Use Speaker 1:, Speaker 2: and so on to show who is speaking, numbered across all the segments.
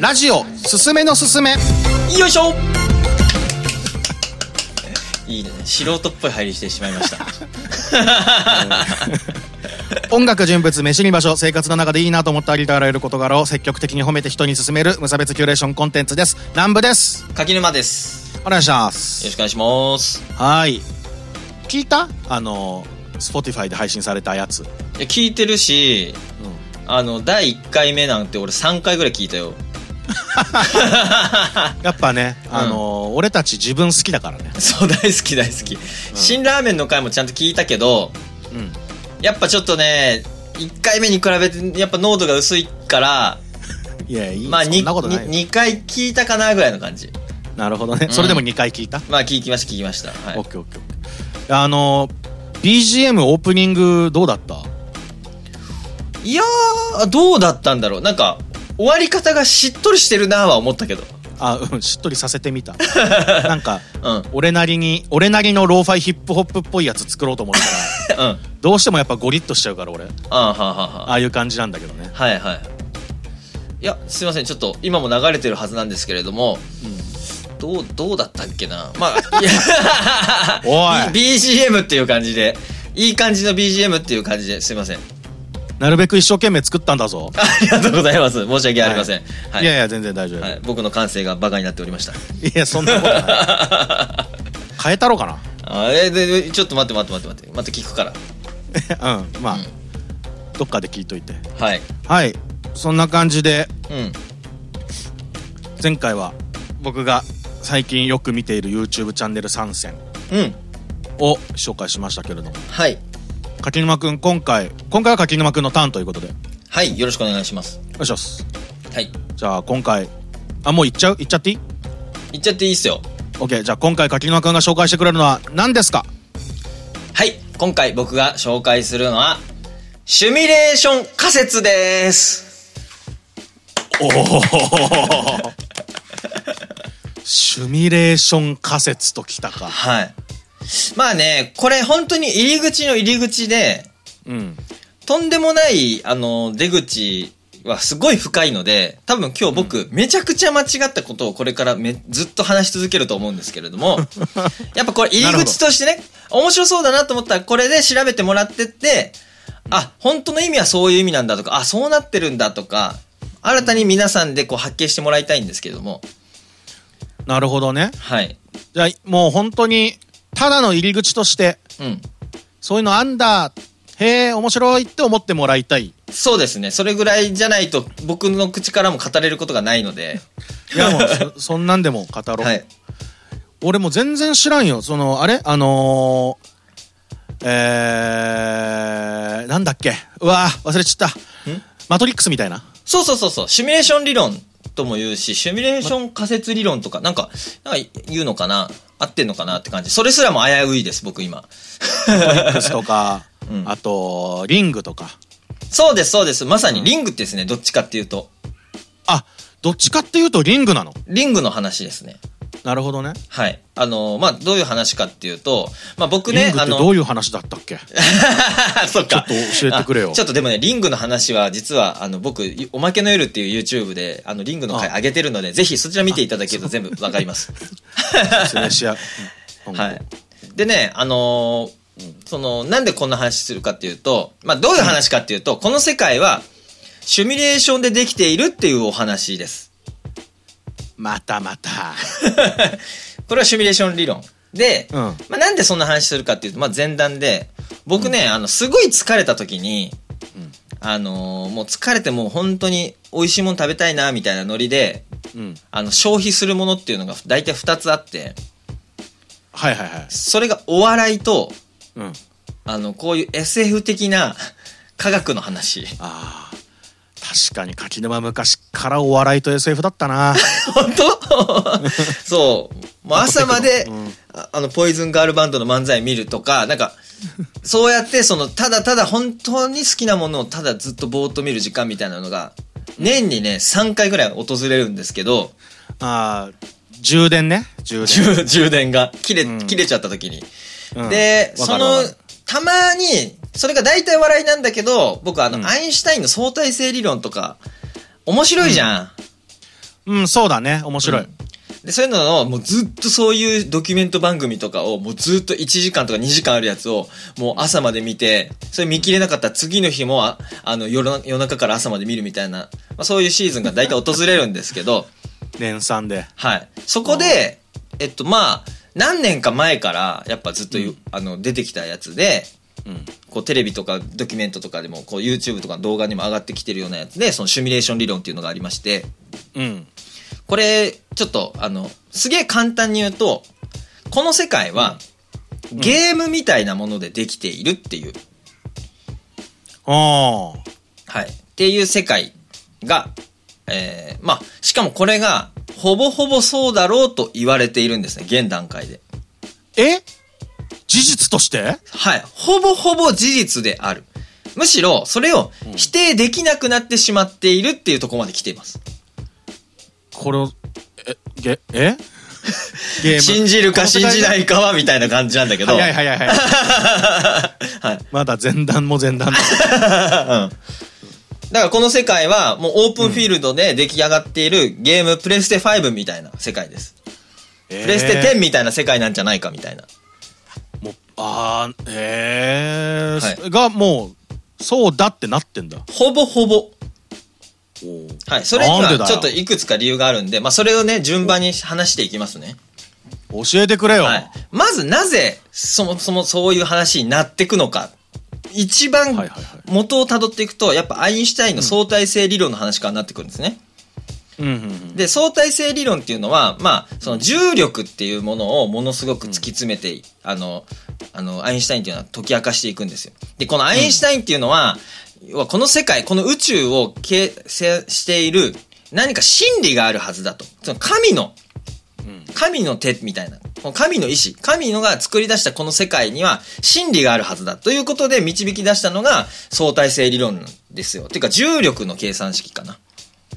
Speaker 1: ラジオすすめのすすめ
Speaker 2: よいしょ いいね素人っぽい入りしてしまいました
Speaker 1: 音楽純物飯に場所生活の中でいいなと思ったありとあらゆる事柄を積極的に褒めて人に勧める無差別キュレーションコンテンツです南部です
Speaker 2: 柿沼です
Speaker 1: お願いしま
Speaker 2: よろし
Speaker 1: す
Speaker 2: くお願いします
Speaker 1: はい聞いたあの Spotify で配信されたやつ、
Speaker 2: いや聞いてるしあの第1回目なんて俺3回ぐらい聞いたよ
Speaker 1: やっぱね、あの俺たち自分好きだからね
Speaker 2: そう大好き大好き、辛ラーメンの回もちゃんと聞いたけど
Speaker 1: うん
Speaker 2: やっぱちょっとね1回目に比べてやっぱ濃度が薄いから
Speaker 1: いやいい、
Speaker 2: まあ
Speaker 1: そ
Speaker 2: 2,
Speaker 1: んなことないよ
Speaker 2: 回聞いたかなぐらいの感じ
Speaker 1: なるほどね、
Speaker 2: うん
Speaker 1: それでも2回聞いた
Speaker 2: まあ聞きました聞きました、はい
Speaker 1: オッケーオッケーオッケーあの BGM オープニングどうだった
Speaker 2: いやー、どうだったんだろう。なんか、終わり方がしっとりしてるなーは思ったけど。
Speaker 1: あうんしっとりさせてみ たなんか
Speaker 2: うん。うん。
Speaker 1: 俺なりに俺なりのローファイヒップホップっぽいやつ作ろうと思った ら
Speaker 2: あ
Speaker 1: どうしてもやっぱゴリッとしちゃうから俺
Speaker 2: あはあはあ
Speaker 1: あ
Speaker 2: は
Speaker 1: あいう感じなんだけどね
Speaker 2: あ。はいはい。いや、すいません。ちょっと、今も流れてるはずなんですけれども、どう、どうだったっけなま あ、いや
Speaker 1: おい
Speaker 2: B- BGM っていう感じで、いい感じの BGM っていう感じですいません。
Speaker 1: なるべく一生懸命作ったんだぞ、、
Speaker 2: ありがとうございます。申し訳ありません。はいい。
Speaker 1: やいや全然大丈夫、
Speaker 2: はい
Speaker 1: い、
Speaker 2: 僕の感性がバカになっておりました。
Speaker 1: やそんな ことない変えたろうか
Speaker 2: あえで、でちょっと待って待って待って待って。また聞くから。
Speaker 1: な うんまあ、どっかで聞いといて
Speaker 2: はい。
Speaker 1: はいそんな感じで
Speaker 2: うん。
Speaker 1: 前回は僕が最近よく見ている YouTube チャンネル参戦
Speaker 2: うん。
Speaker 1: を紹介しましたけれども
Speaker 2: はい。
Speaker 1: 柿沼くん今回今回は柿沼くんのターンということでよ
Speaker 2: はい、よろしくお願いします。
Speaker 1: ろしくです
Speaker 2: はい。
Speaker 1: じゃあ今回あもう行っちゃう行っちゃっていい
Speaker 2: いっちゃっていいっすよ。
Speaker 1: ?OK じゃあ今回柿沼くんが紹介してくれるのは何ですか
Speaker 2: はい、今回僕が紹介するのは、シュミュレーション仮説です。
Speaker 1: シュミレーション仮説ときたか
Speaker 2: はい。まあね、これ本当に入り口の入り口で、
Speaker 1: うん
Speaker 2: とんでもない、あの、出口はすごい深いので、多分今日僕、めちゃくちゃ間違ったことをこれからめずっと話し続けると思うんですけれ ども、やっぱこれ入り口としてね、面白そうだなと思ったらこれで調べてもらってって、あ、本当の意味はそういう意味なんだとか、あ、そうなってるんだとか、新たに皆さんでこう発見してもらいたいんですけれども、
Speaker 1: なるほどね
Speaker 2: はい。
Speaker 1: じゃあもう本当にただの入り口として
Speaker 2: うん。
Speaker 1: そういうのあんだへえ面白いって思ってもらいたい
Speaker 2: そうですね。それぐらいじゃないと僕の口からも語れることがないので、
Speaker 1: いやもうそ そんなんでも語ろう、
Speaker 2: はい。
Speaker 1: 俺も全然知らんよそのあれあのー、えー、なんだっけうわー忘れちゃったマトリックスみたいな
Speaker 2: そうそうそうそう、シミュレーション理論とも言うし、シミュレーション仮説理論とか、なんか、なんか言うのかな合ってんのかなって感じ。それすらも危ういです、僕今。
Speaker 1: マトリックスと か、
Speaker 2: うん
Speaker 1: あとリングとか
Speaker 2: そうです、そうです。まさにリングですね、どっちかっていうと。
Speaker 1: あどっちかっていうとリングなの
Speaker 2: リングの話ですね。
Speaker 1: なるほどね
Speaker 2: はい。あのーまあ、どういう話かっていうと、まあ、僕
Speaker 1: リン
Speaker 2: ね、
Speaker 1: グっ
Speaker 2: あ
Speaker 1: て
Speaker 2: の、
Speaker 1: どういう話だったっけ
Speaker 2: そっか。
Speaker 1: ちょっと教えてくれよ
Speaker 2: あちょっとでもね、リングの話は、実は、あの、僕、おまけの夜っていう YouTube で、あの、リングの回上げてるので、ぜひそちら見ていただけると全部わかります。
Speaker 1: 失礼し やうん
Speaker 2: はい。でね、あのーその、なんでこんな話するかっていうと、まあ、どういう話かっていうと、この世界は、シュミュレーションでできているっていうお話です。
Speaker 1: またまた
Speaker 2: これはシュミュレーション理論。で、
Speaker 1: うん
Speaker 2: まあ、なんでそんな話するかっていうと、まあ、前段で、僕ね、あの、すごい疲れた時に、
Speaker 1: うん
Speaker 2: あのーもう疲れてもう本当に美味しいもの食べたいな、みたいなノリで、
Speaker 1: うん
Speaker 2: あの、消費するものっていうのが大体2つあって、
Speaker 1: はいはいはい
Speaker 2: それがお笑いと、
Speaker 1: うん
Speaker 2: あの、こういう SF 的な 科学の話。
Speaker 1: あー確かに柿沼昔からお笑いと SF だった な
Speaker 2: 本当 そう。もう朝まで、
Speaker 1: うん
Speaker 2: ああの、ポイズンガールバンドの漫才見るとか、なんか、そうやって、その、ただただ本当に好きなものをただずっとぼーっと見る時間みたいなのが、年にね、3回ぐらい訪れるんですけど、
Speaker 1: あー充電ね充電
Speaker 2: 充充電が切れ、
Speaker 1: うん
Speaker 2: 切れちゃった時に。
Speaker 1: うん
Speaker 2: で、
Speaker 1: わ
Speaker 2: そ
Speaker 1: かる
Speaker 2: の
Speaker 1: わかる、
Speaker 2: たまに、それが大体笑いなんだけど、僕あの、
Speaker 1: うん
Speaker 2: アインシュタインの相対性理論とか、面白いじゃん。
Speaker 1: うん、そうだね。面白い。
Speaker 2: で、そういうのを、もうずっとそういうドキュメント番組とかを、もうずっと1時間とか2時間あるやつを、もう朝まで見て、それ見切れなかったら次の日も、ああの夜な、夜中から朝まで見るみたいな、まあ、そういうシーズンが大体訪れるんですけど、
Speaker 1: 年産で。
Speaker 2: はい。そこで、えっと、まあ、何年か前から、やっぱずっとゆ、
Speaker 1: うん
Speaker 2: あの、出てきたやつで、
Speaker 1: うん。
Speaker 2: こうテレビとかドキュメントとかでも、こう YouTube とかの動画にも上がってきてるようなやつで、そのシミュレーション理論っていうのがありまして、
Speaker 1: うん。
Speaker 2: これ、ちょっと、あの、すげえ簡単に言うと、この世界は、
Speaker 1: ん
Speaker 2: ゲームみたいなものでできているっていう、
Speaker 1: ああ。
Speaker 2: はい。っていう世界が、えー、まあ、しかもこれが、ほぼほぼそうだろうと言われているんですね、現段階で。
Speaker 1: え事実として
Speaker 2: はい。ほぼほぼ事実である。むしろ、それを否定できなくなってしまっているっていうところまで来ています。
Speaker 1: これを、え、げ、えゲーム。。
Speaker 2: 信じるか信じないいかは、みたいな感じなんだけど。
Speaker 1: 早い早い早い。
Speaker 2: はい。
Speaker 1: まだ前段も前段だ。
Speaker 2: うんだからこの世界はもうオープンフィールドで出来上がっているゲームプレステ5みたいな世界です。
Speaker 1: プ
Speaker 2: プレステ10みたいな世界なんじゃないかみたいな。
Speaker 1: もうあーえー
Speaker 2: はい
Speaker 1: それがもうそうだってなってんだ
Speaker 2: ほぼほぼ。はい。それに
Speaker 1: なんで
Speaker 2: は
Speaker 1: だよ
Speaker 2: ちょっといくつか理由があるんで、まあそれをね、順番に話していきますね。
Speaker 1: 教えてくれよ、
Speaker 2: はい。まずなぜ、そもそもそういう話になってくのか。一番
Speaker 1: はいはいはい
Speaker 2: 元をたどっていくと、やっぱアインシュタインの相対性理論の話からなってくるんですね。
Speaker 1: うんうんうん
Speaker 2: で、相対性理論っていうのは、まあ、その重力っていうものをものすごく突き詰めて、あの、あの、アインシュタインっていうのは解き明かしていくんですよ。で、このアインシュタインっていうのは、要はこの世界、この宇宙を形成している何か真理があるはずだと。その神の
Speaker 1: うん、
Speaker 2: 神の手みたいな。この神の意志。神のが作り出したこの世界には真理があるはずだ。ということで導き出したのが相対性理論なんですよ。ていうか重力の計算式かな。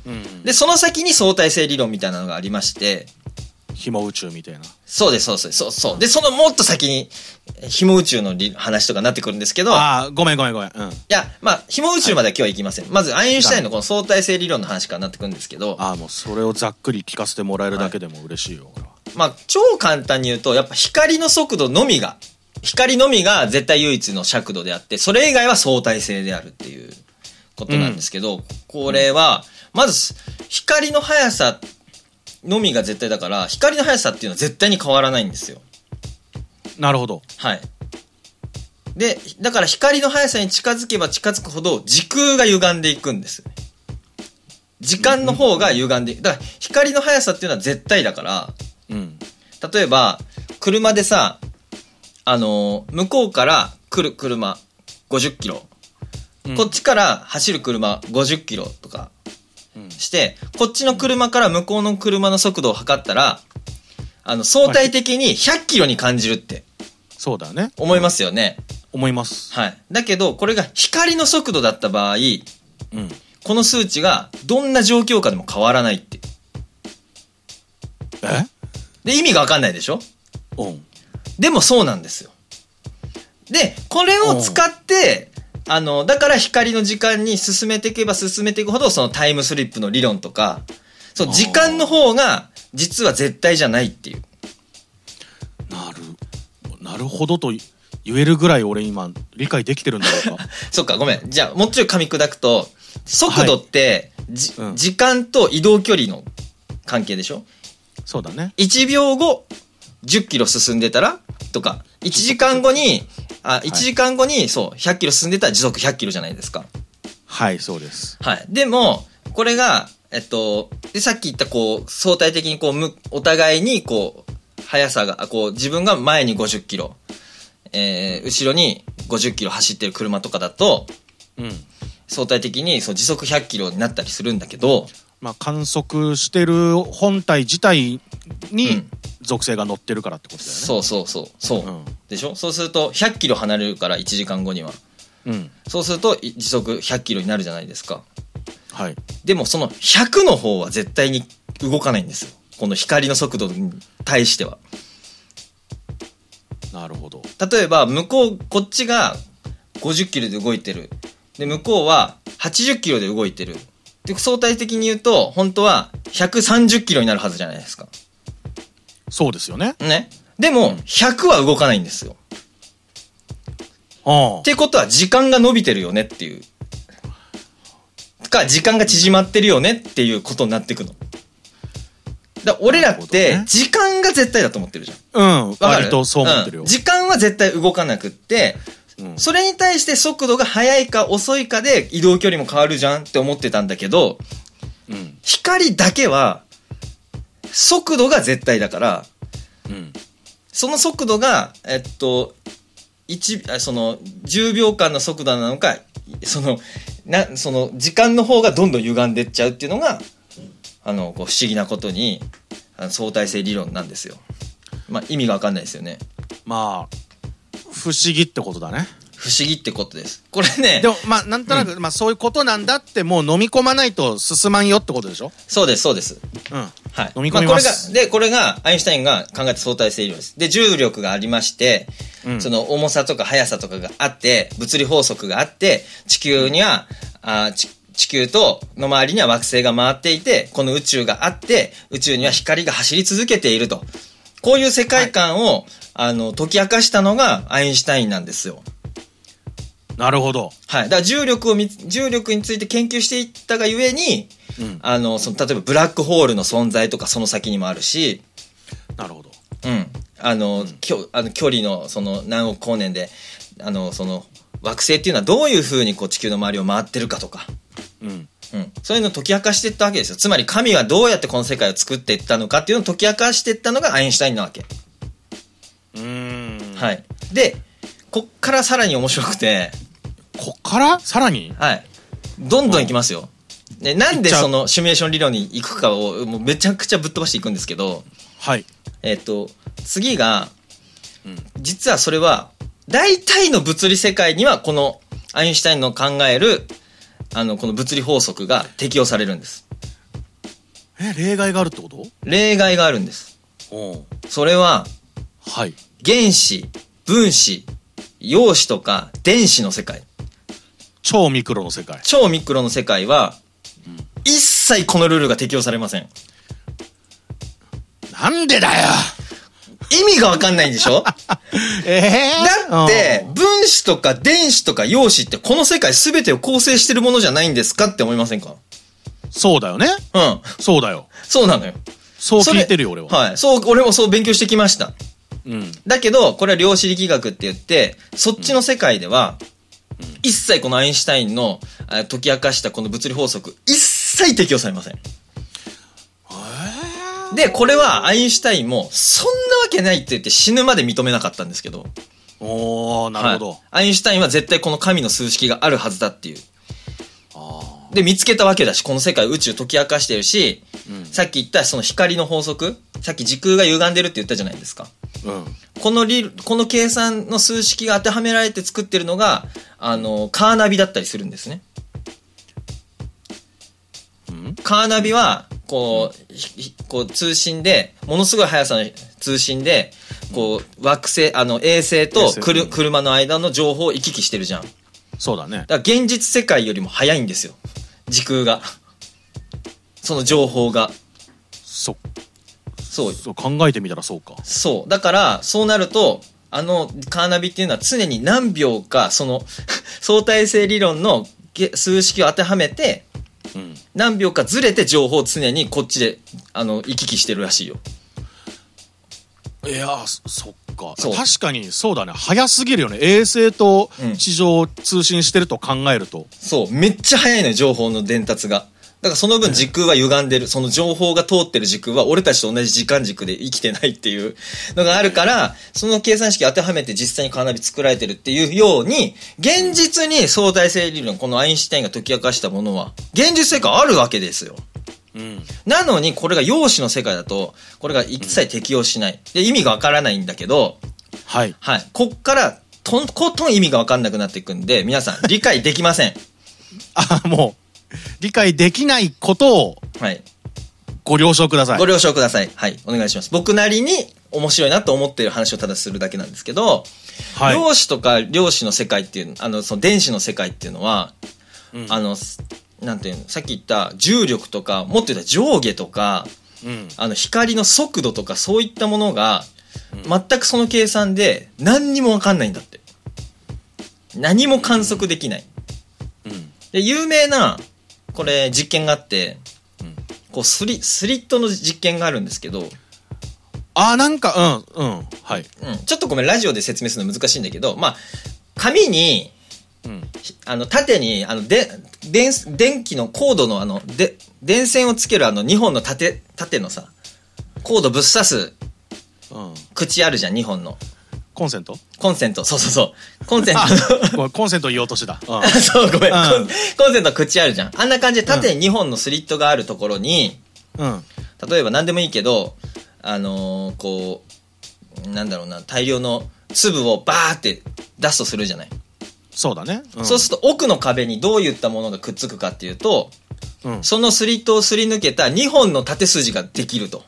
Speaker 1: うん
Speaker 2: で、その先に相対性理論みたいなのがありまして、
Speaker 1: 紐宇宙みたいな
Speaker 2: そうです、そうです、そうそう。で、そのもっと先に、え紐宇宙の理話とかになってくるんですけど、い
Speaker 1: ああごめんごめんごめん、うん、
Speaker 2: や、まあ、紐宇宙までは今日は行きません。まず、アインシュタインのこの相対性理論の話からなってくるんですけど、
Speaker 1: ああもうそれをざっくり聞かせてもらえるだけでも嬉しいよ、俺は
Speaker 2: まあ、超簡単に言うと、やっぱ光の速度のみが、光のみが絶対唯一の尺度であって、それ以外は相対性であるっていうことなんですけど、これは、まず、光の速さのみが絶対だから、光の速さっていうのは絶対に変わらないんですよ。
Speaker 1: なるほど
Speaker 2: はい。で、だから光の速さに近づけば近づくほど時空が歪んでいくんですよね。時間の方が歪んでいく。だから光の速さっていうのは絶対だから、
Speaker 1: うん
Speaker 2: 例えば、車でさ、あのー向こうから来る車50キロ、
Speaker 1: うん
Speaker 2: こっちから走る車50キロとか
Speaker 1: うん
Speaker 2: して、こっちの車から向こうの車の速度を測ったら、あの、相対的に100キロに感じるって
Speaker 1: そうだね
Speaker 2: 思いますよね。
Speaker 1: 思います
Speaker 2: はい。だけど、これが光の速度だった場合、
Speaker 1: うん
Speaker 2: この数値がどんな状況下でも変わらないって。
Speaker 1: え
Speaker 2: で、意味がわかんないでしょ
Speaker 1: うん
Speaker 2: でもそうなんですよ。で、これを使って、あの、だから光の時間に進めていけば進めていくほど、そのタイムスリップの理論とか、その時間の方が、実は絶対じゃないっていう。
Speaker 1: なるなるほどと言えるぐらい俺今理解できてるんだろう か
Speaker 2: そっか、ごめん。じゃあ、もうちょい噛み砕くと、速度って、じ
Speaker 1: うん
Speaker 2: 時間と移動距離の関係でしょ
Speaker 1: そうだね
Speaker 2: ?1 秒後、10キロ進んでたらとか、1時間後に、あ、1時間後に、そう、100キロ進んでたら時速100キロじゃないですか。
Speaker 1: はいそうです
Speaker 2: はい。でも、これが、えっと、で、さっき言った、こう、相対的に、こう、む、お互いに、こう、速さが、あこう、自分が前に50キロ、えー、後ろに50キロ走ってる車とかだと、
Speaker 1: うん
Speaker 2: 相対的に、そう、時速100キロになったりするんだけど、
Speaker 1: まあ、観測してる本体自体
Speaker 2: う
Speaker 1: に
Speaker 2: ん
Speaker 1: 属性が乗ってるからってことだよね。
Speaker 2: そうそうそう、そう。
Speaker 1: うん
Speaker 2: でしょそうすると、100キロ離れるから、1時間後には。
Speaker 1: うん。
Speaker 2: そうすると、い時速100キロになるじゃないですか。
Speaker 1: はい。
Speaker 2: でも、その100の方は絶対に動かないんですよ。この光の速度に対しては。
Speaker 1: なるほど。
Speaker 2: 例えば向こうこっちが50キロで動いてるで向こうは80キロで動いてるで相対的に言うと、本当は130キロになるはずじゃないですか。
Speaker 1: そうですよね。
Speaker 2: ね。でも、100は動かないんですよ。
Speaker 1: ああ
Speaker 2: ってことは、時間が伸びてるよねっていう。か、時間が縮まってるよねっていうことになってくの。だから俺らっ
Speaker 1: なるほど
Speaker 2: て
Speaker 1: ね、
Speaker 2: 時間が絶対だと思ってるじゃん。
Speaker 1: うん、
Speaker 2: わかる
Speaker 1: 割とそう思ってるよ
Speaker 2: ん。時間は絶対動かなくって、
Speaker 1: うん
Speaker 2: それに対して速度が速いか遅いかで移動距離も変わるじゃんって思ってたんだけど、
Speaker 1: うん、
Speaker 2: 光だけは、速度が絶対だから、
Speaker 1: うん、
Speaker 2: その速度が、えっと、一あその、10秒間の速度なのか、その、な、その、時間の方がどんどん歪んでっちゃうっていうのが、あの、こう、不思議なことに、あの相対性理論なんですよ。まあ、意味がわかんないですよね。
Speaker 1: まあ不思議ってことだね
Speaker 2: 不思議ってことです。これね
Speaker 1: で、もまあなんとなく、まあ、そういうことなんだってもう飲み込まないと進まんよってことでしょ、
Speaker 2: そうです、そうです。
Speaker 1: うん、
Speaker 2: はい。
Speaker 1: 飲み込みます
Speaker 2: あこれが、で、これが、アインシュタインが考えた相対性理論です。で、重力がありまして、
Speaker 1: うん
Speaker 2: その重さとか速さとかがあって、物理法則があって、地球には、あーち地球との周りには惑星が回っていて、この宇宙があって、宇宙には光が走り続けていると。こういう世界観を、あの、解き明かしたのがアインシュタインなんですよ。
Speaker 1: なるほど、
Speaker 2: はい。だから重力を見つ、重力について研究していったがゆえに、
Speaker 1: うん、
Speaker 2: あの、その、例えばブラックホールの存在とかその先にもあるし、
Speaker 1: なるほど
Speaker 2: うん。あの、きょあの距離の、その、何億光年で、あの、その、惑星っていうのはどういうふうにこう地球の周りを回ってるかとか、
Speaker 1: うん
Speaker 2: うん。そういうのを解き明かしていったわけですよ。つまり神はどうやってこの世界を作っていったのかっていうのを解き明かしていったのがアインシュタインなわけ。
Speaker 1: うーん
Speaker 2: はい。で、こっからさらに面白くて、
Speaker 1: こっからさらに
Speaker 2: はい。どんどん行きますよ。ね、なん
Speaker 1: 行っ
Speaker 2: で
Speaker 1: ちゃう
Speaker 2: そのシミュレーション理論に行くかをもうめちゃくちゃぶっ飛ばしていくんですけど、
Speaker 1: はい
Speaker 2: えっ、と、次が、
Speaker 1: うん
Speaker 2: 実はそれは、大体の物理世界には、この、アインシュタインの考える、あの、この物理法則が適用されるんです。
Speaker 1: え例外があるってこと
Speaker 2: 例外があるんです。
Speaker 1: おう
Speaker 2: それは、
Speaker 1: はい
Speaker 2: 原子、分子、陽子とか電子の世界、
Speaker 1: 超ミクロの世界
Speaker 2: 超ミクロの世界は、一切このルールが適用されません。
Speaker 1: なんでだよ
Speaker 2: 意味がわかんないんでし ょだ
Speaker 1: ええ
Speaker 2: って
Speaker 1: う、ん
Speaker 2: 分子とか電子とか陽子ってこの世界全てを構成してるものじゃないんですかって思いませんか
Speaker 1: そうだよね
Speaker 2: うん。
Speaker 1: そうだよ
Speaker 2: そうなのよ。
Speaker 1: そう
Speaker 2: そ
Speaker 1: 聞
Speaker 2: れ
Speaker 1: いてるよ俺は、
Speaker 2: はい。そう、俺もそう勉強してきました。
Speaker 1: うん
Speaker 2: だけど、これは量子力学って言って、そっちの世界では、一切このアインシュタインのあ解き明かしたこの物理法則、一切適用されません。で、これはアインシュタインも、そんなわけないって言って死ぬまで認めなかったんですけど。
Speaker 1: おおなるほど、
Speaker 2: はいアインシュタインは絶対この神の数式があるはずだっていう。
Speaker 1: あ
Speaker 2: で、見つけたわけだし、この世界宇宙解き明かしてるし、
Speaker 1: うん
Speaker 2: さっき言ったその光の法則、さっき時空が歪んでるって言ったじゃないですか。
Speaker 1: あうん
Speaker 2: このリこの計算の数式が当てはめられて作ってるのが、あの、カーナビだったりするんですね。
Speaker 1: うん
Speaker 2: カーナビは、こう、ひひこう通信で、ものすごい速さの通信で、こう、惑星、あの、衛星
Speaker 1: 衛
Speaker 2: と
Speaker 1: 星
Speaker 2: くる
Speaker 1: うん
Speaker 2: 車の間の情報を行き来してるじゃん。だか
Speaker 1: そうだね
Speaker 2: ら現実世界よりも速いんですよ。時空が。その情報が。
Speaker 1: そ
Speaker 2: そう。
Speaker 1: そう考えてみたらそうか
Speaker 2: そう。だから、そうなると、あの、カーナビっていうのは常に何秒か、その、 相対性理論のげ数式を当てはめて、
Speaker 1: うん
Speaker 2: 何秒かずれて情報を常にこっちで、あの、行き来してるらしいよ。
Speaker 1: いやーそそっか
Speaker 2: そう
Speaker 1: 確かにそうだね早すぎるよね衛星と
Speaker 2: うん
Speaker 1: 地上を通信してると考えると、
Speaker 2: そう。めっちゃ早いのよ、情報の伝達が。だからその分時空は歪んでる。その情報が通ってる時空は俺たちと同じ時間軸で生きてないっていうのがあるから、その計算式当てはめて実際にカーナビ作られてるっていうように、現実に相対性理論、このアインシュタインが解き明かしたものは、現実世界あるわけですよ。
Speaker 1: うん、
Speaker 2: なのにこれが陽子の世界だと、これが一切適用しない。で、意味がわからないんだけど、
Speaker 1: はい
Speaker 2: はい。こっから、とん、ことん意味がわかんなくなっていくんで、皆さん理解できません。
Speaker 1: あもう理解できないことを
Speaker 2: はい。
Speaker 1: ご了承ください
Speaker 2: ご了承ください。はい。お願いします。僕なりに面白いなと思っている話をただするだけなんですけど、
Speaker 1: はい
Speaker 2: 量子とか量子の世界っていう、あの、その電子の世界っていうのは、
Speaker 1: うん
Speaker 2: あの、なんていうの、さっき言った重力とか、もっと言ったら上下とか、
Speaker 1: うん。
Speaker 2: あの光の速度とかそういったものが、全くその計算で何にもわかんないんだって。何も観測できない。
Speaker 1: うん。
Speaker 2: で、有名な、これ実験があって、
Speaker 1: うん
Speaker 2: こうスリ、スリットの実験があるんですけど、
Speaker 1: あー、なんか、うん、うん。はい。
Speaker 2: うん、ちょっとごめん、ラジオで説明するの難しいんだけど、まあ、紙に、
Speaker 1: うん。
Speaker 2: あの、縦に、あの、で、電す、電気のコードの、あの、で、電線をつけるあの、2本の縦、縦のさ、コードぶっ刺す
Speaker 1: うん。
Speaker 2: 口あるじゃん、2本の。
Speaker 1: コンセント
Speaker 2: コンセント、そうそうそう。コンセント
Speaker 1: あ
Speaker 2: の、
Speaker 1: ごめんコンセント言おうとしてた。うん。
Speaker 2: そう、ごめ
Speaker 1: うん
Speaker 2: ん、コンコンセントの口あるじゃん。あんな感じで縦に2本のスリットがあるところに、
Speaker 1: うん。
Speaker 2: 例えば何でもいいけど、あのーこう、なんだろうな、大量の粒をバーって出すとするじゃない。
Speaker 1: そうだね。ん
Speaker 2: そうすると奥の壁にどういったものがくっつくかっていうと、
Speaker 1: うん。
Speaker 2: そのスリットをすり抜けた2本の縦筋ができると。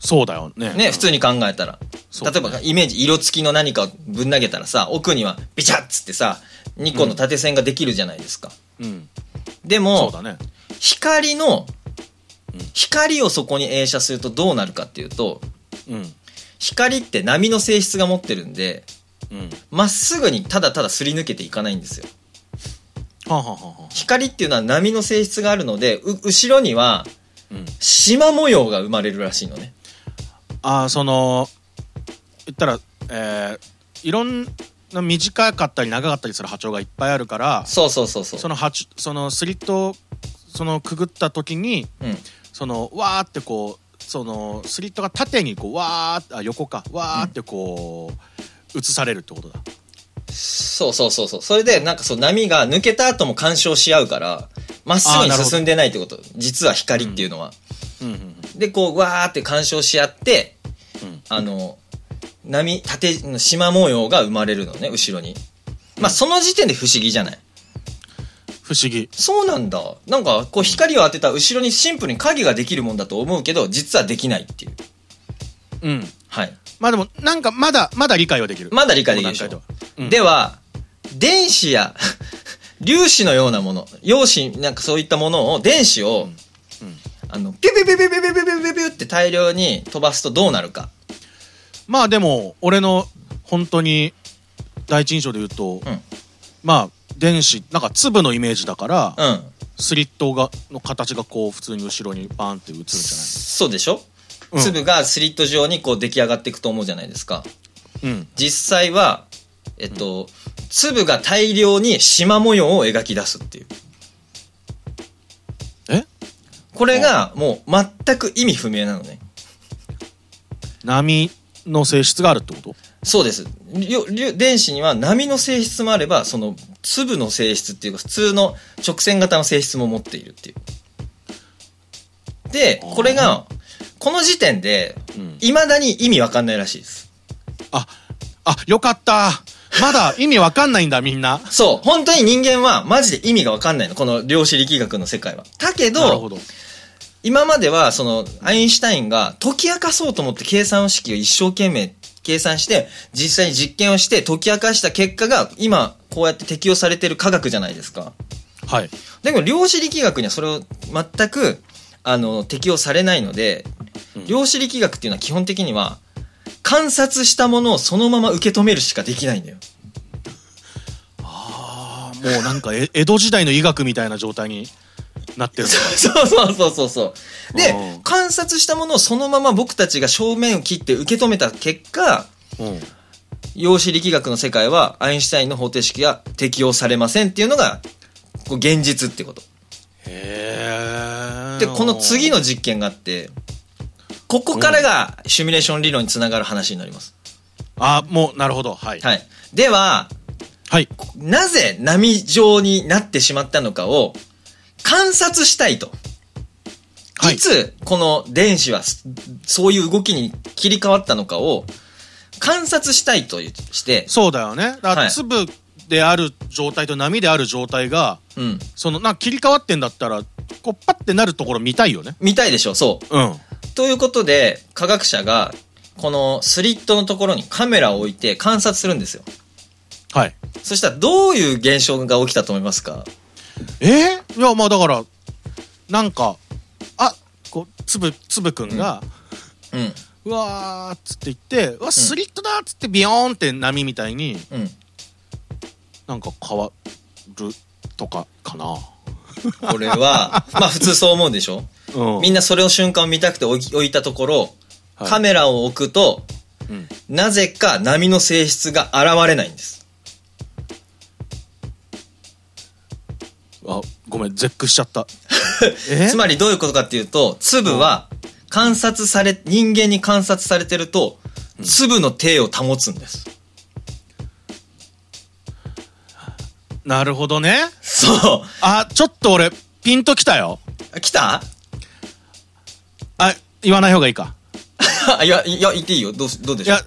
Speaker 1: そうだよね。
Speaker 2: ね、普通に考えたら。
Speaker 1: そう
Speaker 2: 例えばイメージ、色付きの何かをぶん投げたらさ、奥にはビチャッつってさ、2個の縦線ができるじゃないですか。
Speaker 1: うん。
Speaker 2: で
Speaker 1: そう
Speaker 2: も、
Speaker 1: だね。
Speaker 2: 光の
Speaker 1: うん、
Speaker 2: 光をそこに映写するとどうなるかっていうと、
Speaker 1: うん。
Speaker 2: 光って波の性質が持ってるんで、
Speaker 1: うん。
Speaker 2: まっすぐにただただすり抜けていかないんですよ。
Speaker 1: はあ、はあはあはあ、
Speaker 2: 光っていうのは波の性質があるので、う後ろには
Speaker 1: うん。
Speaker 2: 縞模様が生まれるらしいのね。
Speaker 1: あーその言ったら、えーいろんな短かったり長かったりする波長がいっぱいあるから
Speaker 2: そうそうそうそう。
Speaker 1: その波長そのスリットをそのくぐった時に
Speaker 2: うん。
Speaker 1: そのわーってこうそのスリットが縦にこうわーってあ横かわーってこう、映されるってことだ
Speaker 2: そうそうそうそう。それで、なんかそう波が抜けた後も干渉し合うから、まっすぐ
Speaker 1: あー
Speaker 2: に
Speaker 1: なるほど
Speaker 2: 進んでないってこと。実は光っていうのは。
Speaker 1: うんうん
Speaker 2: で、こう、わーって干渉し合って、
Speaker 1: うん
Speaker 2: あの、波、縦の縞模様が生まれるのね、後ろに。まあ、その時点で不思議じゃない。
Speaker 1: 不思議
Speaker 2: そうなんだ。なんか、こう、光を当てた後ろにシンプルに影ができるもんだと思うけど、実はできないっていう。
Speaker 1: うん
Speaker 2: はい。
Speaker 1: まあでもなんかまだまだ理解はできる
Speaker 2: まだ理解できるでしょ
Speaker 1: この段階ではうん
Speaker 2: では、電子や粒子のようなもの、陽子、なんかそういったものを、電子を、
Speaker 1: うんうん
Speaker 2: あの、ピュピュピュピュピュピュピュピュピュピュって大量に飛ばすとどうなるか。
Speaker 1: まあでも俺の本当に第一印象で言うと、
Speaker 2: うん
Speaker 1: まあ電子なんか粒のイメージだから、
Speaker 2: うん。
Speaker 1: スリットがの形がこう普通に後ろにバーンって映るんじ
Speaker 2: そうでしょ、
Speaker 1: うん
Speaker 2: 粒がスリット状にこう出来上がっていくと思うじゃないですか。
Speaker 1: ゃないうん
Speaker 2: 実際は、えっと、粒が大量に縞模様を描き出すっていう。
Speaker 1: え
Speaker 2: これがもう全く意味不明なのね。
Speaker 1: 波の性質があるってこと
Speaker 2: そうです。よ粒電子には波の性質もあれば、その粒の性質っていうか、普通の直線型の性質も持っているっていう。で、これが、この時点で、
Speaker 1: うん
Speaker 2: 未だに意味わかんないらしいです。
Speaker 1: ああよかったまだ意味わかんないんだみんな
Speaker 2: そう、本当に人間はマジで意味がわかんないの、この量子力学の世界は。だけ
Speaker 1: なるほ
Speaker 2: ど、
Speaker 1: ど
Speaker 2: 今までは、その、アインシュタインが解き明かそうと思って計算式を一生懸命計算して、実際に実験をして解き明かした結果が、今、こうやって適用されてる科学じゃないですか。
Speaker 1: はい
Speaker 2: でも量子力学にはそれを全くあの適用されないので、
Speaker 1: うん
Speaker 2: 量子力学っていうのは基本的には観察したものをそのまま受け止めるしかできないんだよ。
Speaker 1: あもうなんかえ江戸時代の医学みたいな状態になってるんだ
Speaker 2: そうそうそうそうそう。で
Speaker 1: うん、
Speaker 2: 観察したものをそのまま僕たちが正面を切って受け止めた結果、
Speaker 1: うん
Speaker 2: 量子力学の世界はアインシュタインの方程式が適用されませんっていうのが、こう現実ってこと。
Speaker 1: へえ
Speaker 2: で、この次の実験があって、ここからがシミュレーション理論につながる話になります。
Speaker 1: あもうなるほどはい
Speaker 2: はい。では、
Speaker 1: はい
Speaker 2: なぜ波状になってしまったのかを観察したいと。
Speaker 1: はい
Speaker 2: いつこの電子はそそういう動きに切り替わったのかを観察したいとして、
Speaker 1: そうだよね。だか
Speaker 2: は
Speaker 1: ら
Speaker 2: い
Speaker 1: 粒である状態と波である状態が、
Speaker 2: うん。
Speaker 1: そのなんか切り替わってんだったら、こうパッてなるところ見たいよね。
Speaker 2: 見たいでしょそ
Speaker 1: うん。
Speaker 2: う。ということで、科学者がこのスリットのところにカメラを置いて観察するんですよ。
Speaker 1: はい。
Speaker 2: そしたらどういう現象が起きたと思いますか
Speaker 1: えーいやまあだからなんかあこうつぶつぶくんが、
Speaker 2: うん。
Speaker 1: うわーっつって言ってうわスリットだっつってビヨーンって波みたいに
Speaker 2: うん。
Speaker 1: なんか変わるとかかな
Speaker 2: これ は、まあ普通そう思うでしょ
Speaker 1: うん
Speaker 2: みんなそれを瞬間を見たくて置き置いたところ、
Speaker 1: はい
Speaker 2: カメラを置くと、
Speaker 1: うん
Speaker 2: なぜか波の性質が現れないんです。
Speaker 1: あごめん絶句しちゃ ったえ
Speaker 2: つまりどういうことかっていうと、粒は観察され、人間に観察されてると、粒の体を保つんです。
Speaker 1: なるほどね
Speaker 2: そ
Speaker 1: あちょっと俺ピンときたよ
Speaker 2: う。来た
Speaker 1: あ言わない方がいいか
Speaker 2: あ いや、いや、言っていいよ。どうす、どうで
Speaker 1: い
Speaker 2: しょう
Speaker 1: や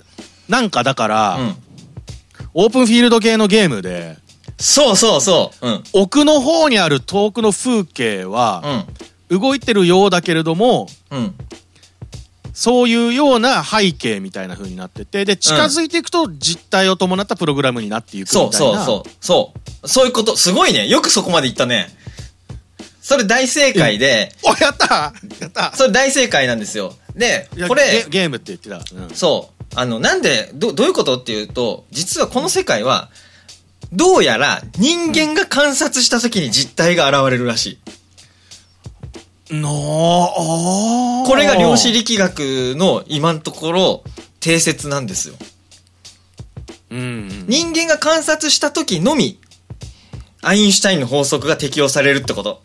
Speaker 1: なんかだから、
Speaker 2: うん。
Speaker 1: オープンフィールド系のゲームで
Speaker 2: そうそうそう。うん。
Speaker 1: 奥の方にある遠くの風景
Speaker 2: う
Speaker 1: は、
Speaker 2: ん。
Speaker 1: 動いてるようだけれども
Speaker 2: うん。
Speaker 1: そういうような背景みたいな風になっててで近づいていくと実態を伴ったプログラムになっていくみたい
Speaker 2: そ
Speaker 1: な、
Speaker 2: うそうそう。そう。そういうこと。すごいね。よくそこまで言ったね。それ大正解で、
Speaker 1: おやったやった
Speaker 2: それ大正解なんですよ。で
Speaker 1: いや、
Speaker 2: こ
Speaker 1: ゲ、
Speaker 2: れ
Speaker 1: ゲームって言ってた、うん
Speaker 2: そう。あの、なんで、ど、どういうことっていうと、実はこの世界は、どうやら人間が観察した時に実体が現れるらしい。
Speaker 1: のあー
Speaker 2: これが量子力学の今のところ、定説なんですよ。
Speaker 1: うんうん
Speaker 2: 人間が観察した時のみ、アインシュタインの法則が適用されるってこと。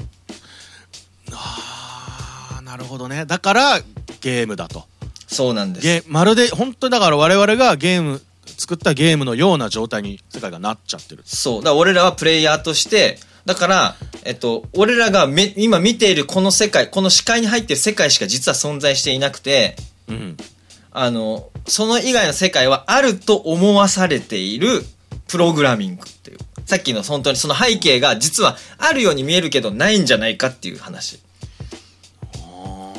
Speaker 1: あーなるほどねだからゲームだと
Speaker 2: そうなんです。
Speaker 1: ゲまるで本当にだから我々がゲーム作ったゲームのような状態に世界がなっちゃってる
Speaker 2: そう。だから俺らはプレイヤーとして、だから、えっと、俺らがめ今見ているこの世界、この視界に入ってる世界しか実は存在していなくて、
Speaker 1: うん
Speaker 2: あの、その以外の世界はあると思わされているプログラミングっていう。さっきの本当にその背景が実はあるように見えるけどないんじゃないかっていう話。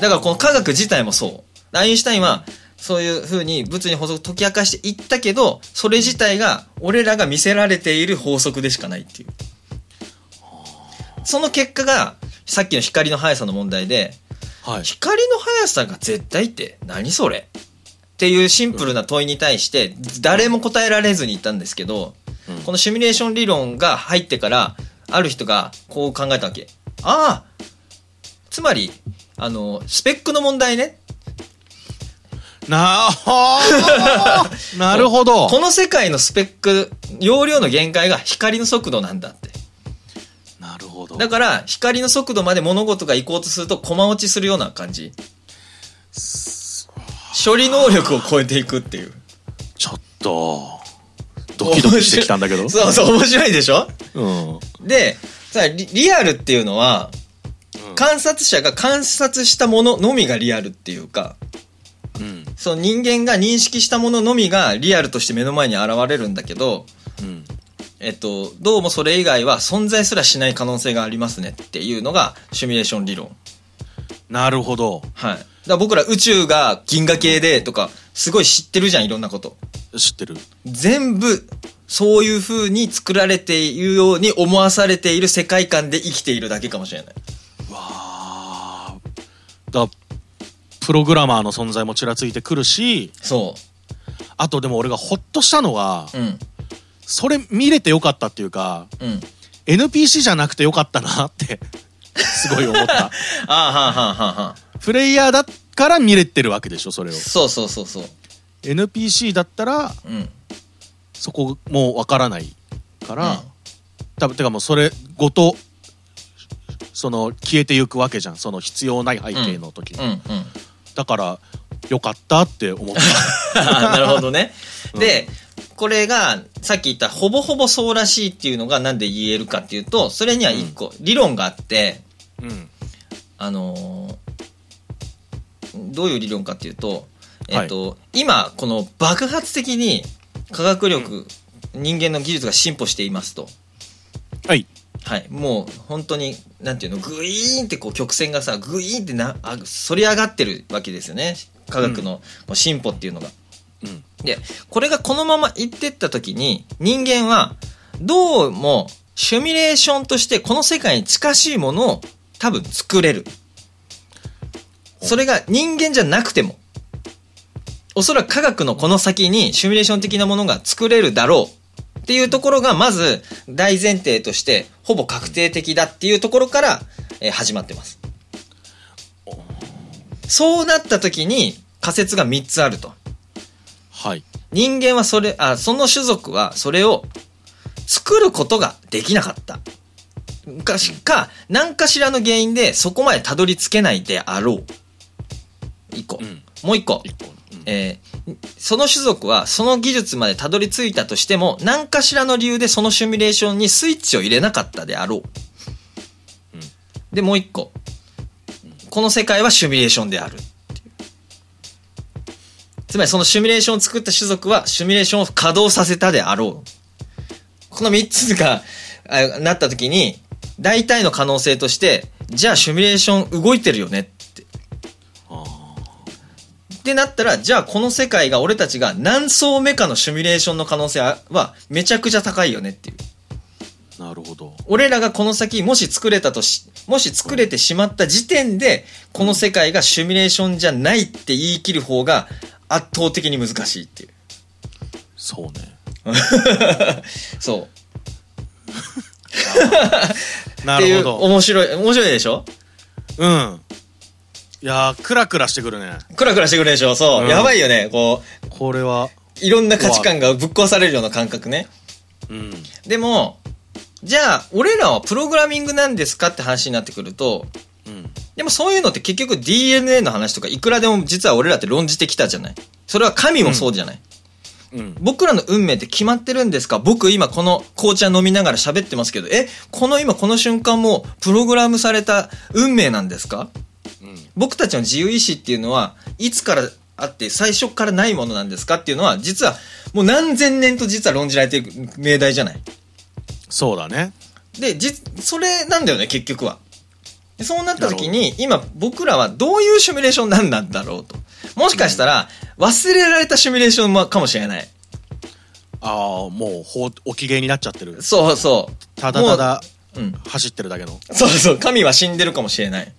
Speaker 2: だからこの科学自体もそう。アインシュタインはそういう風に物理の法則を解き明かしていったけど、それ自体が俺らが見せられている法則でしかないっていう。その結果がさっきの光の速さの問題で、
Speaker 1: はい
Speaker 2: 光の速さが絶対って何それっていうシンプルな問いに対して誰も答えられずにいたんですけど、
Speaker 1: うん
Speaker 2: このシミュレーション理論が入ってからある人がこう考えたわけああつまりあのスペックの問題ね
Speaker 1: なあ なるほど
Speaker 2: この世界のスペック容量の限界が光の速度なんだって
Speaker 1: なるほど
Speaker 2: だから光の速度まで物事が行こうとすると駒落ちするような感じ処理能力を超えていくっていう
Speaker 1: ちょっとドキドキしてきたんだけど
Speaker 2: 面白い そうそう、面白いでしょ
Speaker 1: うんうん
Speaker 2: で、さリ、リアルっていうのは、観察者が観察したもののみがリアルっていうか、
Speaker 1: うん
Speaker 2: その人間が認識したもののみがリアルとして目の前に現れるんだけど、
Speaker 1: うん
Speaker 2: えっと、どうもそれ以外は存在すらしない可能性がありますねっていうのがシミュレーション理論。
Speaker 1: なるほど
Speaker 2: はい。だから僕ら宇宙が銀河系でとか、すごい知ってるじゃん、いろんなこと。
Speaker 1: 知ってる
Speaker 2: 全部、そういう風に作られているように思わされている世界観で生きているだけかもしれない。
Speaker 1: あーだプログラマーの存在もちらついてくるし
Speaker 2: そ
Speaker 1: あとでも俺がホッとしたのは、
Speaker 2: う。うん。
Speaker 1: それ見れてよかったっていうか
Speaker 2: うん。
Speaker 1: NPC じゃなくてよかったなってすごい思 った
Speaker 2: ああ、はあ、はあ、はあ、はあ。
Speaker 1: プレイヤーだから見れてるわけでしょそれを
Speaker 2: そうそうそうそう。
Speaker 1: NPC だったら
Speaker 2: うん。
Speaker 1: そこもうわからないから、
Speaker 2: うん
Speaker 1: 多分てかもうそれごとその消えてゆくわけじゃんその必要ない背景の時に、
Speaker 2: うん、うん。
Speaker 1: だからよかったって思った
Speaker 2: なるほどね。で、これが、さっき言った、ほぼほぼそうらしいっていうのがなんで言えるかっていうと、それには一個、理論があって、
Speaker 1: うん
Speaker 2: あのーどういう理論かっていうと、えっ、と、今、この爆発的に科学力、人間の技術が進歩していますと。
Speaker 1: はい
Speaker 2: はい、もう本当になんていうのグイーンってこう曲線がさグイーンってなあ反り上がってるわけですよね科学のこう進歩っていうのが。
Speaker 1: うん
Speaker 2: でこれがこのままいってった時に人間はどうもシミュレーションとしてこの世界に近しいものを多分作れる。それが人間じゃなくても。おそらく科学のこの先にシミュレーション的なものが作れるだろうっていうところがまず大前提としてほぼ確定的だっていうところからえー始まってます。そうなった時に仮説が3つあると。
Speaker 1: はい。
Speaker 2: 人間はそれ、あ、その種族はそれを作ることができなかった。かしか、何かしらの原因でそこまでたどり着けないであろう。一個。
Speaker 1: うん
Speaker 2: もう一個。
Speaker 1: 一個。うん
Speaker 2: えーその種族はその技術までたどり着いたとしても、何かしらの理由でそのシミュレーションにスイッチを入れなかったであろう。
Speaker 1: うん
Speaker 2: で、もう一個。この世界はシミュレーションであるっていう。つまりそのシミュレーションを作った種族はシミュレーションを稼働させたであろう。この三つが、あなった時に、大体の可能性として、じゃあシミュレーション動いてるよねって。
Speaker 1: あ
Speaker 2: ってなったら、じゃあこの世界が俺たちが何層目かのシミュレーションの可能性はめちゃくちゃ高いよねっていう。
Speaker 1: ーなるほど。
Speaker 2: 俺らがこの先もし作れたとし、もし作れてしまった時点で、この世界がシミュレーションじゃないって言い切る方が圧倒的に難しいっていう。
Speaker 1: そうね。
Speaker 2: そう。っ
Speaker 1: な
Speaker 2: てい
Speaker 1: るほ
Speaker 2: う
Speaker 1: ど。
Speaker 2: 面白い、面白いでしょ
Speaker 1: うん。いやー、クラクラしてくるね。
Speaker 2: クラクラしてくるでしょそう、
Speaker 1: うん
Speaker 2: やばいよね。こ
Speaker 1: これは。
Speaker 2: う、いろんな価値観がぶっ壊されるような感覚ね。
Speaker 1: うん。
Speaker 2: でも、じゃあ、俺らはプログラミングなんですかって話になってくると、
Speaker 1: うん。
Speaker 2: でもそういうのって結局 DNA の話とかいくらでも実は俺らって論じてきたじゃない。それは神もそうじゃない。
Speaker 1: うん。
Speaker 2: 僕らの運命って決まってるんですか僕今この紅茶飲みながら喋ってますけど、え、この今この瞬間もプログラムされた運命なんですか
Speaker 1: うん。
Speaker 2: 僕たちの自由意志っていうのはいつからあって最初からないものなんですかっていうのは実はもう何千年と実は論じられていく命題じゃない。
Speaker 1: そうだね。
Speaker 2: で、じ、それなんだよね、結局は。でそうなった時に、今僕らはどういうシミュレーションなんなんだろうと。もしかしたら、忘れられたシミュレーションもかもしれない。
Speaker 1: ああ、もう、ほう、お機嫌になっちゃってる。
Speaker 2: そうそう。
Speaker 1: ただただ、
Speaker 2: もう。うん。
Speaker 1: 走ってるだけの。
Speaker 2: そうそう、神は死んでるかもしれない。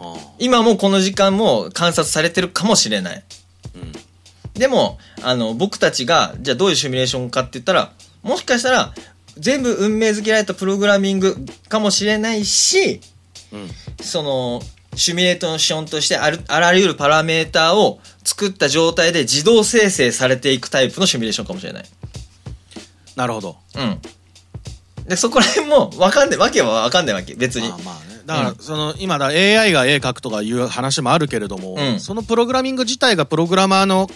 Speaker 1: あ
Speaker 2: 今もこの時間も観察されてるかもしれない。
Speaker 1: ーうん。
Speaker 2: でも、あの、僕たちが、じゃあどういうシミュレーションかって言ったら、もしかしたら、全部運命づけられたプログラミングかもしれないし、
Speaker 1: うん。
Speaker 2: その、シミュレーションとしてある、あらゆるパラメーターを作った状態で自動生成されていくタイプのシミュレーションかもしれない。
Speaker 1: なるほど。
Speaker 2: うん。で、そこら辺もわかんない、わけはわかんないわけ、別に
Speaker 1: まあ。まあね。だから、
Speaker 2: うん
Speaker 1: その、今だ、AI が絵描くとかいう話もあるけれども、
Speaker 2: うん
Speaker 1: そのプログラミング自体がプログラマーの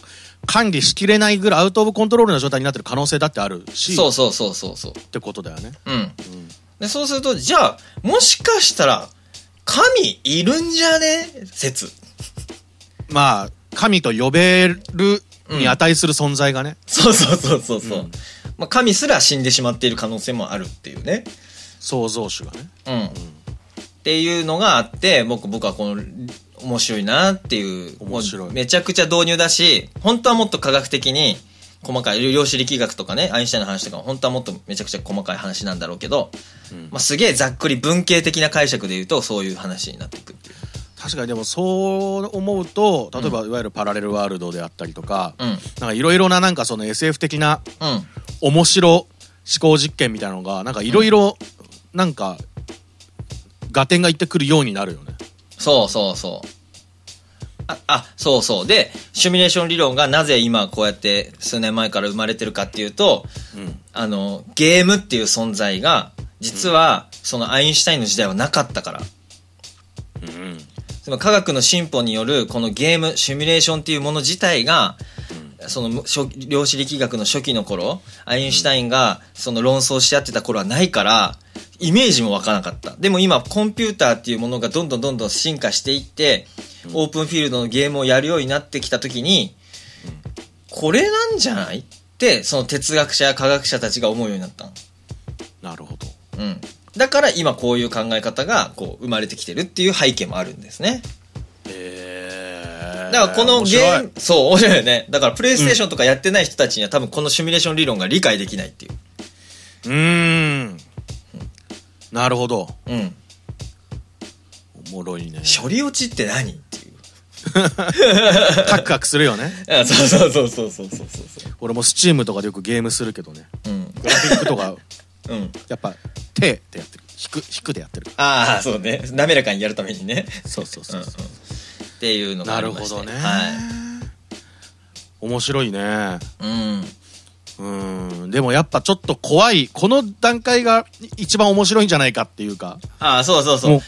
Speaker 1: 管理しきれないぐらいアウトオブコントロールな状態になってる可能性だってあるし、
Speaker 2: そうそうそうそうそう。
Speaker 1: ってことだよね。
Speaker 2: うん。
Speaker 1: うん。
Speaker 2: で、そうすると、じゃあ、もしかしたら、神いるんじゃね説。
Speaker 1: まあ、神と呼べるに値する存在がね、
Speaker 2: そうそうそうそうそう。
Speaker 1: うん
Speaker 2: まあ、神すら死んでしまっている可能性もあるっていうね。
Speaker 1: 創造主がね。
Speaker 2: うん。っていうのがあって、僕、僕はこの、面白いなっていう。
Speaker 1: 面白い
Speaker 2: もうめちゃくちゃ導入だし、本当はもっと科学的に、細かい、量子力学とかね、アインシュタインの話とかも、本当はもっとめちゃくちゃ細かい話なんだろうけど、
Speaker 1: うん
Speaker 2: まあ、すげえざっくり文系的な解釈で言うと、そういう話になっていくっていう。
Speaker 1: 確かにでもそう思うと例えばいわゆるパラレルワールドであったりとか、
Speaker 2: うん。
Speaker 1: なんかいろいろななんかその SF 的な
Speaker 2: うん。
Speaker 1: 面白思考実験みたいなのがなんかいろいろなんか合点がいってくるようになるよね。
Speaker 2: そうそうそう。あ、あ、そうそう。で、シミュレーション理論がなぜ今こうやって数年前から生まれてるかっていうと、
Speaker 1: うん、
Speaker 2: あの、ゲームっていう存在が、実は、そのアインシュタインの時代はなかったから。
Speaker 1: うん
Speaker 2: その科学の進歩による、このゲーム、シミュレーションっていうもの自体が、その、初量子力学の初期の頃、アインシュタインが、その論争し合ってた頃はないから、イメージもわからなかった。でも今、コンピューターっていうものがどんどんどんどん進化していって、オープンフィールドのゲームをやるようになってきた時に、これなんじゃないって、その哲学者や科学者たちが思うようになったの。
Speaker 1: なるほど。
Speaker 2: うん。だから今こういう考え方がこう生まれてきてるっていう背景もあるんですね。
Speaker 1: え
Speaker 2: だからこのゲーム
Speaker 1: ム、
Speaker 2: そう、面白いよね。だからプレイステーションとかやってない人たちには多分このシミュレーション理論が理解できないっていう。
Speaker 1: うーんなるほど。
Speaker 2: うん。
Speaker 1: おもろいね。
Speaker 2: 処理落ちって何っていう。
Speaker 1: カクカクするよね。
Speaker 2: あそうそうそうそうそうそうそ
Speaker 1: 俺もスチームとかでよくゲームするけどね。
Speaker 2: う。うん。
Speaker 1: グラフィックとか、
Speaker 2: うん。
Speaker 1: やっぱ、手ってやってる。引く、引くでやってる。
Speaker 2: ああ、そうね。滑らかにやるためにね。
Speaker 1: そうそう
Speaker 2: うん
Speaker 1: そう
Speaker 2: うん。っ
Speaker 1: そう。
Speaker 2: ていうのが
Speaker 1: な
Speaker 2: あり
Speaker 1: る
Speaker 2: ま
Speaker 1: ほ
Speaker 2: して
Speaker 1: どね。
Speaker 2: は
Speaker 1: 面白いね。
Speaker 2: い。うん。
Speaker 1: うーん。でもやっぱちょっと怖い。この段階が一番面白いんじゃないかっていうか。
Speaker 2: ああ、そうそうそ
Speaker 1: も
Speaker 2: う
Speaker 1: う。、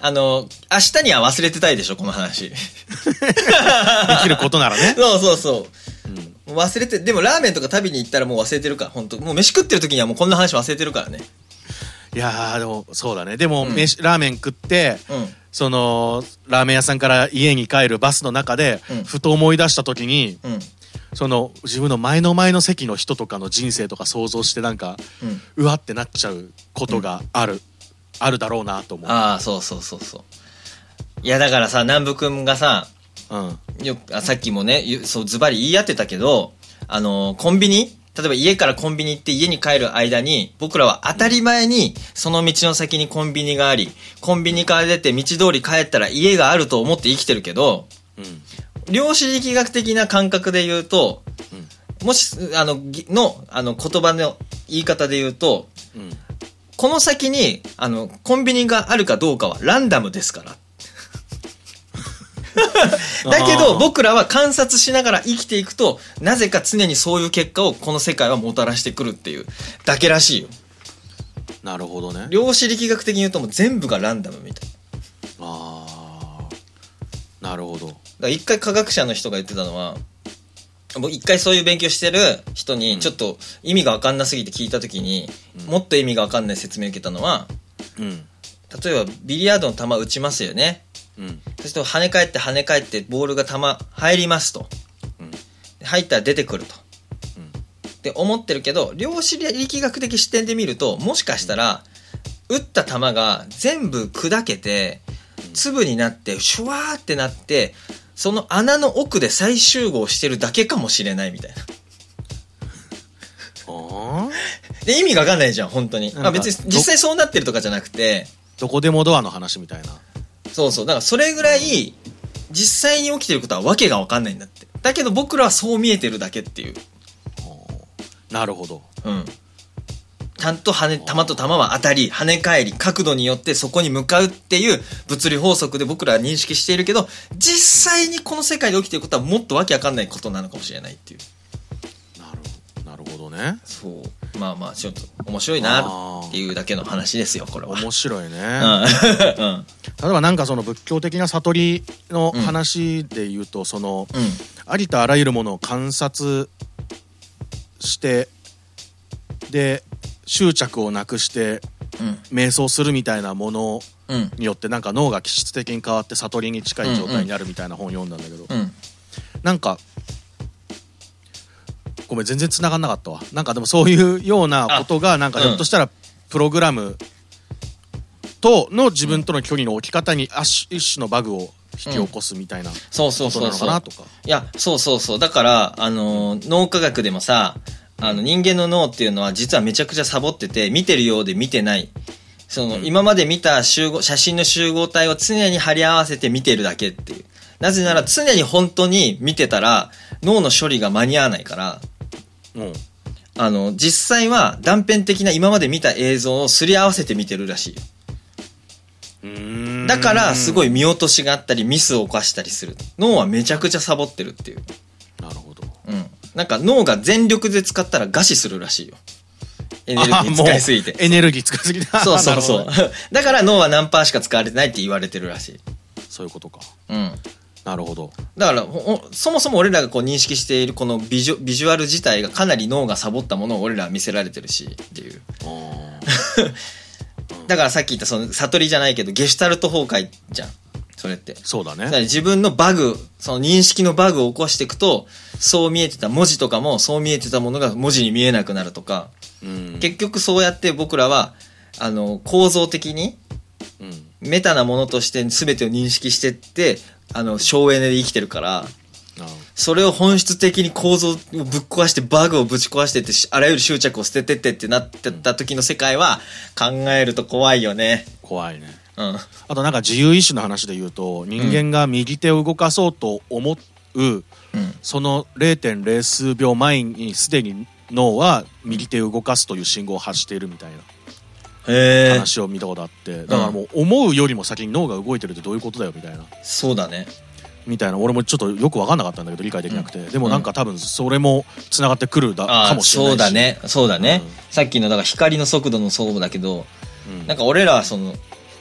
Speaker 2: あの、明日には忘れてたいでしょ、この話。
Speaker 1: できることならね。
Speaker 2: そうそうそう。
Speaker 1: うん。
Speaker 2: もう忘れて、でもラーメンとか食べに行ったらもう忘れてるから、本当もう飯食ってる時にはもうこんな話忘れてるからね。
Speaker 1: いやー、でも、そうだね。でも、
Speaker 2: うん
Speaker 1: 飯、ラーメン食って、
Speaker 2: うん。
Speaker 1: そのラーメン屋さんから家に帰るバスの中で、
Speaker 2: うん
Speaker 1: ふと思い出した時に
Speaker 2: うん。
Speaker 1: その自分の前の前の席の人とかの人生とか想像してなんか
Speaker 2: うん。
Speaker 1: うわってなっちゃうことがある、あるだろうなと思う、
Speaker 2: ああ、そうそうそうそう。いや、だからさ、南部くんがさ、
Speaker 1: うん、
Speaker 2: よくあさっきもね、ゆそう、ズバリ言い当てたけど、あのーコンビニ例えば家からコンビニ行って家に帰る間に、僕らは当たり前に、その道の先にコンビニがあり、コンビニから出て道通り帰ったら家があると思って生きてるけど、
Speaker 1: うん
Speaker 2: 量子力学的な感覚で言うと、もし、あの、ぎの、あの、言葉の言い方で言うと、
Speaker 1: うんうん
Speaker 2: この先に、あの、コンビニがあるかどうかはランダムです から。だけ
Speaker 1: あー
Speaker 2: ど、僕らは観察しながら生きていくと、なぜか常にそういう結果をこの世界はもたらしてくるっていうだけらしいよ。
Speaker 1: なるほどね
Speaker 2: 量子力学的に言うともう全部がランダムみたい。だか
Speaker 1: あーなるほど
Speaker 2: ら一回科学者の人が言ってたのは、もう一回そういう勉強してる人に、ちょっと意味がわかんなすぎて聞いた時に、もっと意味がわかんない説明を受けたのは、
Speaker 1: うん
Speaker 2: 例えばビリヤードの球打ちますよね。
Speaker 1: うん
Speaker 2: そして跳ね返って跳ね返ってボールが球入りますと。
Speaker 1: うん
Speaker 2: で入ったら出てくると。
Speaker 1: うん
Speaker 2: って思ってるけど、量子力学的視点で見ると、もしかしたら、打った球が全部砕けて、粒になって、シュワーってなって、その穴の奥で再集合してるだけかもしれないみたいな。
Speaker 1: あー
Speaker 2: で、意味がわかんないじゃん、本当に。
Speaker 1: なんか
Speaker 2: あ別に実際そうなってるとかじゃなくて、
Speaker 1: どこでもドアの話みたいな
Speaker 2: そうそう。だからそれぐらい、実際に起きてることはわけがわかんないんだって。だけど僕らはそう見えてるだけっていう。
Speaker 1: なるほど
Speaker 2: うん。ちゃんと跳ね、弾と弾は当たり、跳ね返り、角度によってそこに向かうっていう物理法則で僕らは認識しているけど、実際にこの世界で起きてることはもっとわけわかんないことなのかもしれないっていう。
Speaker 1: なるなるほどね
Speaker 2: そう。まあまあ、ちょっと面白いなっていうだけの話ですよ、これは。
Speaker 1: 面白いね、
Speaker 2: うん。うん。
Speaker 1: 例えばなんかその仏教的な悟りの話で言うと、その
Speaker 2: うん。
Speaker 1: ありとあらゆるものを観察してで執着をなくして
Speaker 2: うん。
Speaker 1: 瞑想するみたいなもの
Speaker 2: うん。
Speaker 1: によってなんか脳が気質的に変わって悟りに近い状態になるみたいな本読んだんだけど、
Speaker 2: うん。
Speaker 1: なんかごめん全然繋がんなかったわなんかでもそういうようなことがなんか
Speaker 2: うん
Speaker 1: ひょっとしたらプログラムとの自分との距離の置き方にあし一種のバグを引き起こすみたいなこ
Speaker 2: そうそう
Speaker 1: と
Speaker 2: そ
Speaker 1: な
Speaker 2: う
Speaker 1: の
Speaker 2: そ
Speaker 1: か
Speaker 2: う。
Speaker 1: なとか
Speaker 2: いや、そうそうそう。だから、あのー脳科学でもさ、あの、人間の脳っていうのは実はめちゃくちゃサボってて、見てるようで見てない。その、今まで見た集合、写真の集合体を常に貼り合わせて見てるだけっていう。なぜなら常に本当に見てたら、脳の処理が間に合わないから、
Speaker 1: うん
Speaker 2: あの、実際は断片的な今まで見た映像をすり合わせて見てるらしいよ。だから、すご
Speaker 1: い
Speaker 2: い見落としがあったり、ミスを犯したりする。脳はめちゃくちゃサボってるっていう。
Speaker 1: なるほど
Speaker 2: うん。なんか脳が全力で使ったら餓死するらしいよ。エネルギー使いすぎ
Speaker 1: あ
Speaker 2: て
Speaker 1: もう。エネルギー使いすぎた
Speaker 2: そうそうそ
Speaker 1: な
Speaker 2: う
Speaker 1: るほど。
Speaker 2: だから脳は何パーしか使われてないって言われてるらしい。
Speaker 1: そういうことか
Speaker 2: うん。
Speaker 1: なるほど
Speaker 2: だから、ほほそもそも俺らがこう認識しているこのビジュビジュアル自体がかなり脳がサボったものを俺らは見せられてるし、っていう。
Speaker 1: あ
Speaker 2: だからさっき言ったその悟りじゃないけど、ゲシュタルト崩壊じゃん。それって
Speaker 1: ー。そうだ
Speaker 2: だから
Speaker 1: ね
Speaker 2: 自分のバグ、その認識のバグを起こしていくと、そう見えてた文字とかも、そう見えてたものが文字に見えなくなるとか、
Speaker 1: うん
Speaker 2: 結局そうやって僕らはあの構造的に
Speaker 1: うん
Speaker 2: メタなものとして全てを認識してってあの省エネで生きてるから
Speaker 1: あー
Speaker 2: それを本質的に構造をぶっ壊して、バグをぶち壊してってし、あらゆる執着を捨ててってってなってった時の世界は、考えると怖いよね。
Speaker 1: 怖いね
Speaker 2: うん。
Speaker 1: あとなんか自由意志の話で言うと人間が右手を動かそうと思う、
Speaker 2: うん。
Speaker 1: その0.0数秒前にすでに脳は右手を動かすという信号を発しているみたいな
Speaker 2: へえ。
Speaker 1: 話を見たことあってだからもう思うよりも先に脳が動いてるってどういうことだよみたいな
Speaker 2: そうだね。
Speaker 1: みたいな俺もちょっとよく分かんなかったんだけど理解できなくて、でもなんか多分それもつながってくるだ
Speaker 2: あ
Speaker 1: か
Speaker 2: あ、
Speaker 1: もしれないし
Speaker 2: そうだ、ね。そうだね
Speaker 1: うん。
Speaker 2: さっきの、だから光の速度のそうだけど、
Speaker 1: うん
Speaker 2: なんか俺らはその、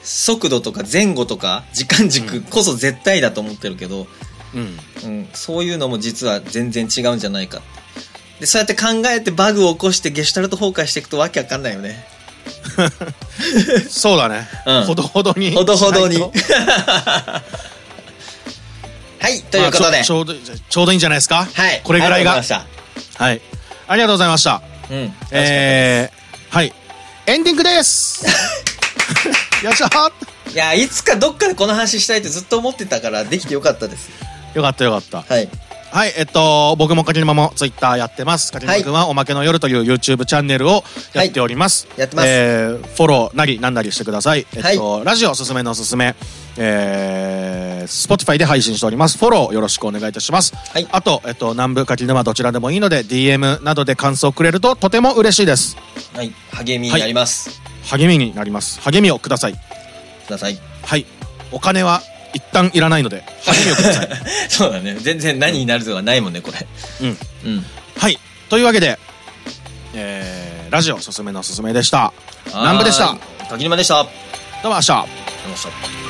Speaker 2: 速度とか前後とか時間軸こそ絶対だと思ってるけど、
Speaker 1: うん
Speaker 2: うん、そういうのも実は全然違うんじゃないかって。で、そうやって考えてバグを起こしてゲシュタルト崩壊していくとわけわかんないよね。
Speaker 1: そうだね、
Speaker 2: うん
Speaker 1: ほどほどに
Speaker 2: ほどほどに。
Speaker 1: し
Speaker 2: は
Speaker 1: ないと
Speaker 2: い、ということ
Speaker 1: ま
Speaker 2: で。
Speaker 1: あちょちょうどちょうどいいんじゃないですか
Speaker 2: はい。
Speaker 1: これぐらいが
Speaker 2: ありがと
Speaker 1: はいありがとうございました
Speaker 2: うございました。うん。
Speaker 1: えー、はいエンディングです よいしょ
Speaker 2: いや、いつかどっかでこの話したいってずっと思ってたから、できてよかったです。
Speaker 1: よかったよかった
Speaker 2: はい。
Speaker 1: はい、えっと、僕もかきぬまもツイッターやってます。かきぬまくんはおまけの夜という YouTube チャンネルをやっております。
Speaker 2: いやってます
Speaker 1: えーフォローなりなんなりしてください。えっと、ラジオおすすめのおすすめ、えー、Spotify で配信しております。フォローよろしくお願いいたします。
Speaker 2: はい
Speaker 1: あと、えっと、南部かきぬまどちらでもいいので、DM などで感想をくれるととても嬉しいです。
Speaker 2: はい。励みになります。
Speaker 1: 励みになります。励みをください。
Speaker 2: ください。
Speaker 1: はい。お金は一旦いらないので、励みをください。
Speaker 2: そうだね。全然何になるとかないもんね、これ。
Speaker 1: うん。
Speaker 2: うん。
Speaker 1: はい。というわけで、えー、ラジオおすすめのおすすめでした。南部でした。
Speaker 2: あー。柿沼でした。どうも
Speaker 1: どうも明日。
Speaker 2: ありがとうございました。